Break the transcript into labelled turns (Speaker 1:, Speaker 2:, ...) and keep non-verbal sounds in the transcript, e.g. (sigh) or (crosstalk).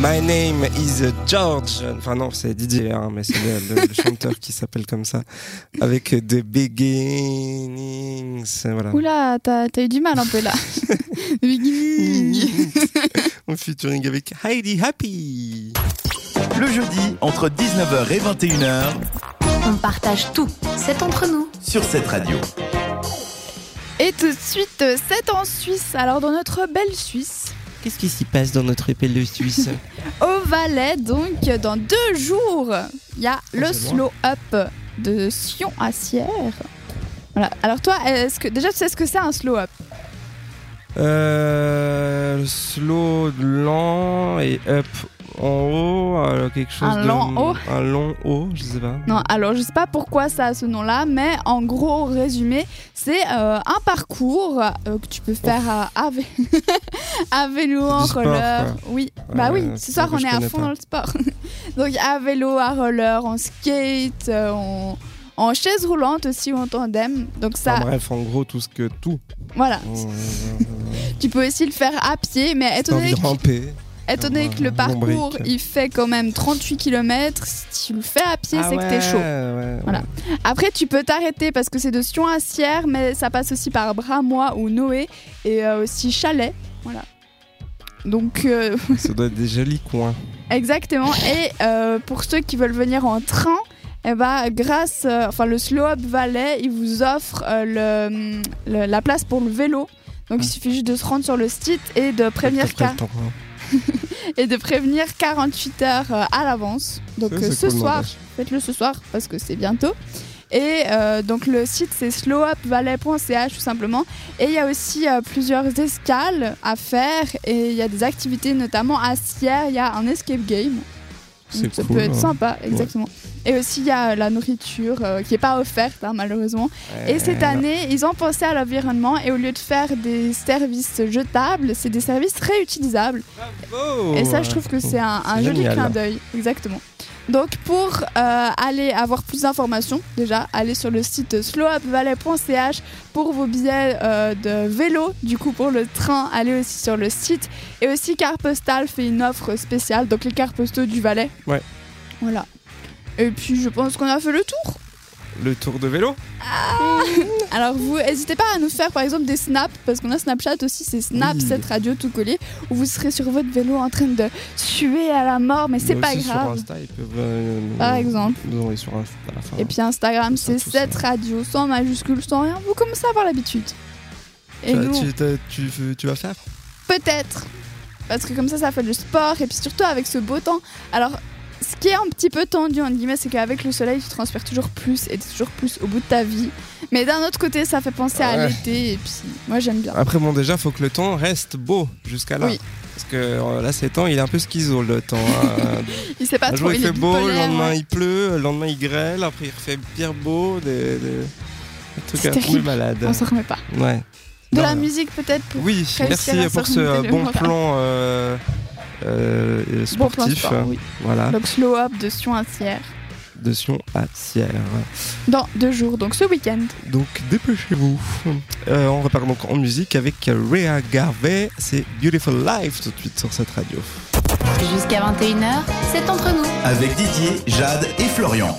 Speaker 1: My name is George. Enfin non, c'est Didier, hein, mais c'est le,
Speaker 2: (laughs)
Speaker 1: le- le chanteur qui s'appelle comme ça. Avec The Beginnings. Voilà.
Speaker 2: Oula, t'as t'as eu du mal un peu là. Le
Speaker 1: Mmh.
Speaker 2: beginning.
Speaker 1: (laughs) En featuring avec Heidi Happy.
Speaker 3: Le jeudi, entre 19h et 21h,
Speaker 4: On partage tout, c'est entre nous.
Speaker 3: sur cette radio.
Speaker 2: Et tout de suite, euh, c'est en Suisse. Alors dans notre belle Suisse,
Speaker 1: Qu'est-ce qui s'y passe dans notre épée de Suisse
Speaker 2: au Valais, donc dans deux jours, il y a le
Speaker 1: Ah, c'est loin.
Speaker 2: slow up de Sion à Sierre. Voilà. Alors toi, est-ce que déjà tu sais ce que c'est un slow up
Speaker 1: euh, Slow, lent et up en haut. euh, quelque chose
Speaker 2: Un
Speaker 1: de-
Speaker 2: lent haut.
Speaker 1: Un long haut, je sais pas.
Speaker 2: Non, alors je sais pas pourquoi ça a ce nom-là, mais en gros résumé, c'est euh, un parcours euh, que tu peux faire à, à vé- (laughs) à vélo, en
Speaker 1: sport,
Speaker 2: roller.
Speaker 1: quoi.
Speaker 2: Oui, bah oui,
Speaker 1: ouais,
Speaker 2: ce
Speaker 1: c'est
Speaker 2: soir
Speaker 1: vrai,
Speaker 2: on
Speaker 1: je
Speaker 2: est à
Speaker 1: connais
Speaker 2: fond
Speaker 1: pas.
Speaker 2: dans le sport. (laughs) Donc à vélo, à roller, en skate, euh, en, en chaise roulante aussi ou en tandem. Donc ça,
Speaker 1: Enfin, bref, en Oh. gros, tout ce que tout.
Speaker 2: voilà,
Speaker 1: J'ai
Speaker 2: tu peux aussi le faire à pied, mais étant
Speaker 1: envie
Speaker 2: donné
Speaker 1: de
Speaker 2: que-
Speaker 1: ramper.
Speaker 2: étant
Speaker 1: faire
Speaker 2: donné
Speaker 1: un
Speaker 2: que le
Speaker 1: lombric.
Speaker 2: parcours il fait quand même 38 km, si tu le fais à
Speaker 1: Ah
Speaker 2: pied, c'est que t'es chaud. Voilà. Après, tu peux t'arrêter parce que c'est de Sion à Sierre, mais ça passe aussi par Bramois ou Noé et euh, aussi Chalet. Voilà. Donc, euh, (laughs)
Speaker 1: Ça doit être des jolis coins.
Speaker 2: exactement. Et euh, pour ceux qui veulent venir en train, eh ben, grâce, euh, enfin, le Slow Up Valais, il vous offre euh, le, le- la place pour le vélo. Donc, il
Speaker 1: Ah.
Speaker 2: suffit juste de se rendre sur le site et de prévenir,
Speaker 1: Après le
Speaker 2: quar-
Speaker 1: temps, hein.
Speaker 2: et de prévenir 48 heures euh, à l'avance. Donc,
Speaker 1: Ça,
Speaker 2: euh,
Speaker 1: c'est
Speaker 2: ce
Speaker 1: cool,
Speaker 2: soir,
Speaker 1: n'empêche.
Speaker 2: faites-le ce soir parce que c'est bientôt. Et euh, donc le site c'est slowupvalet.ch tout simplement. Et il y a aussi euh, plusieurs escales à faire et il y a des activités notamment à Sierre, il y a un escape game.
Speaker 1: C'est
Speaker 2: Donc, ça
Speaker 1: cool,
Speaker 2: peut être
Speaker 1: hein.
Speaker 2: sympa, exactement. Et aussi il y a euh, la nourriture euh, qui n'est pas offerte hein, malheureusement.
Speaker 1: Eh
Speaker 2: Et cette année ils ont pensé à l'environnement et au lieu de faire des services jetables, c'est des services réutilisables.
Speaker 1: Oh,
Speaker 2: Et ça, je trouve que c'est un, un
Speaker 1: C'est
Speaker 2: joli
Speaker 1: génial.
Speaker 2: clin d'œil, exactement. Donc, pour euh, aller avoir plus d'informations, déjà, allez sur le site slowupvalet.ch pour vos billets euh, de vélo. Du coup, pour le train, allez aussi sur le site. Et aussi, Carpostal fait une offre spéciale, donc les cartes postaux du Valais.
Speaker 1: Ouais.
Speaker 2: Voilà. Et puis, je pense qu'on a fait le tour.
Speaker 1: Le tour de vélo
Speaker 2: Alors vous n'hésitez pas à nous faire par exemple des snaps parce qu'on a Snapchat aussi, c'est Snap
Speaker 1: Oui.
Speaker 2: cette radio tout collé où vous serez sur votre vélo en train de suer à la mort mais c'est
Speaker 1: Mais
Speaker 2: pas
Speaker 1: aussi Sur
Speaker 2: grave.
Speaker 1: Insta, ils peuvent, euh, nous-
Speaker 2: Par exemple.
Speaker 1: Nous envoyer sur Insta à la fin.
Speaker 2: Et puis Instagram
Speaker 1: Ça,
Speaker 2: c'est
Speaker 1: tout ça.
Speaker 2: cette radio sans majuscule sans rien, vous commencez à avoir l'habitude. Et
Speaker 1: Tu vas-
Speaker 2: nous
Speaker 1: tu, t'as- tu, veux- tu vas faire
Speaker 2: peut-être parce que comme ça ça fait du sport et puis surtout avec ce beau temps. Alors ce qui est un petit peu tendu en guillemets c'est qu'avec le soleil tu transpires toujours plus et t'es toujours plus au bout de ta vie. Mais d'un autre côté ça fait penser à
Speaker 1: Ouais.
Speaker 2: l'été et puis moi j'aime bien.
Speaker 1: Après, bon, déjà, faut que le temps reste beau jusqu'à là.
Speaker 2: Oui.
Speaker 1: Parce que euh, là, ces temps, il est un peu schizo le temps.
Speaker 2: (laughs)
Speaker 1: hein.
Speaker 2: Il sait pas
Speaker 1: un
Speaker 2: trop
Speaker 1: jour, il fait beau, le
Speaker 2: bipolaire, hein.
Speaker 1: lendemain,
Speaker 2: ouais.
Speaker 1: il pleut, le lendemain, il grêle, après, il refait pire beau. Des, des... Un truc
Speaker 2: C'est
Speaker 1: un peu
Speaker 2: terrible.
Speaker 1: malade.
Speaker 2: On s'en remet pas.
Speaker 1: Ouais.
Speaker 2: De
Speaker 1: Non,
Speaker 2: la
Speaker 1: non.
Speaker 2: musique peut-être pour...
Speaker 1: Oui,
Speaker 2: réussir
Speaker 1: merci
Speaker 2: à
Speaker 1: pour ce
Speaker 2: s'organiser
Speaker 1: euh,
Speaker 2: le
Speaker 1: bon
Speaker 2: moral.
Speaker 1: plan euh, euh, euh,
Speaker 2: Bon plan
Speaker 1: sportif.
Speaker 2: sport,
Speaker 1: euh,
Speaker 2: oui.
Speaker 1: Voilà,
Speaker 2: Donc slow up de Sion à Sierre.
Speaker 1: de Sion à Sierre.
Speaker 2: Dans deux jours, donc ce week-end.
Speaker 1: Donc dépêchez-vous. Euh, on repart donc en musique avec Rhea Garvey. C'est Beautiful Life tout de suite sur cette radio.
Speaker 4: Jusqu'à 21h, Hein c'est entre nous.
Speaker 3: Avec Didier, Jade et Florian.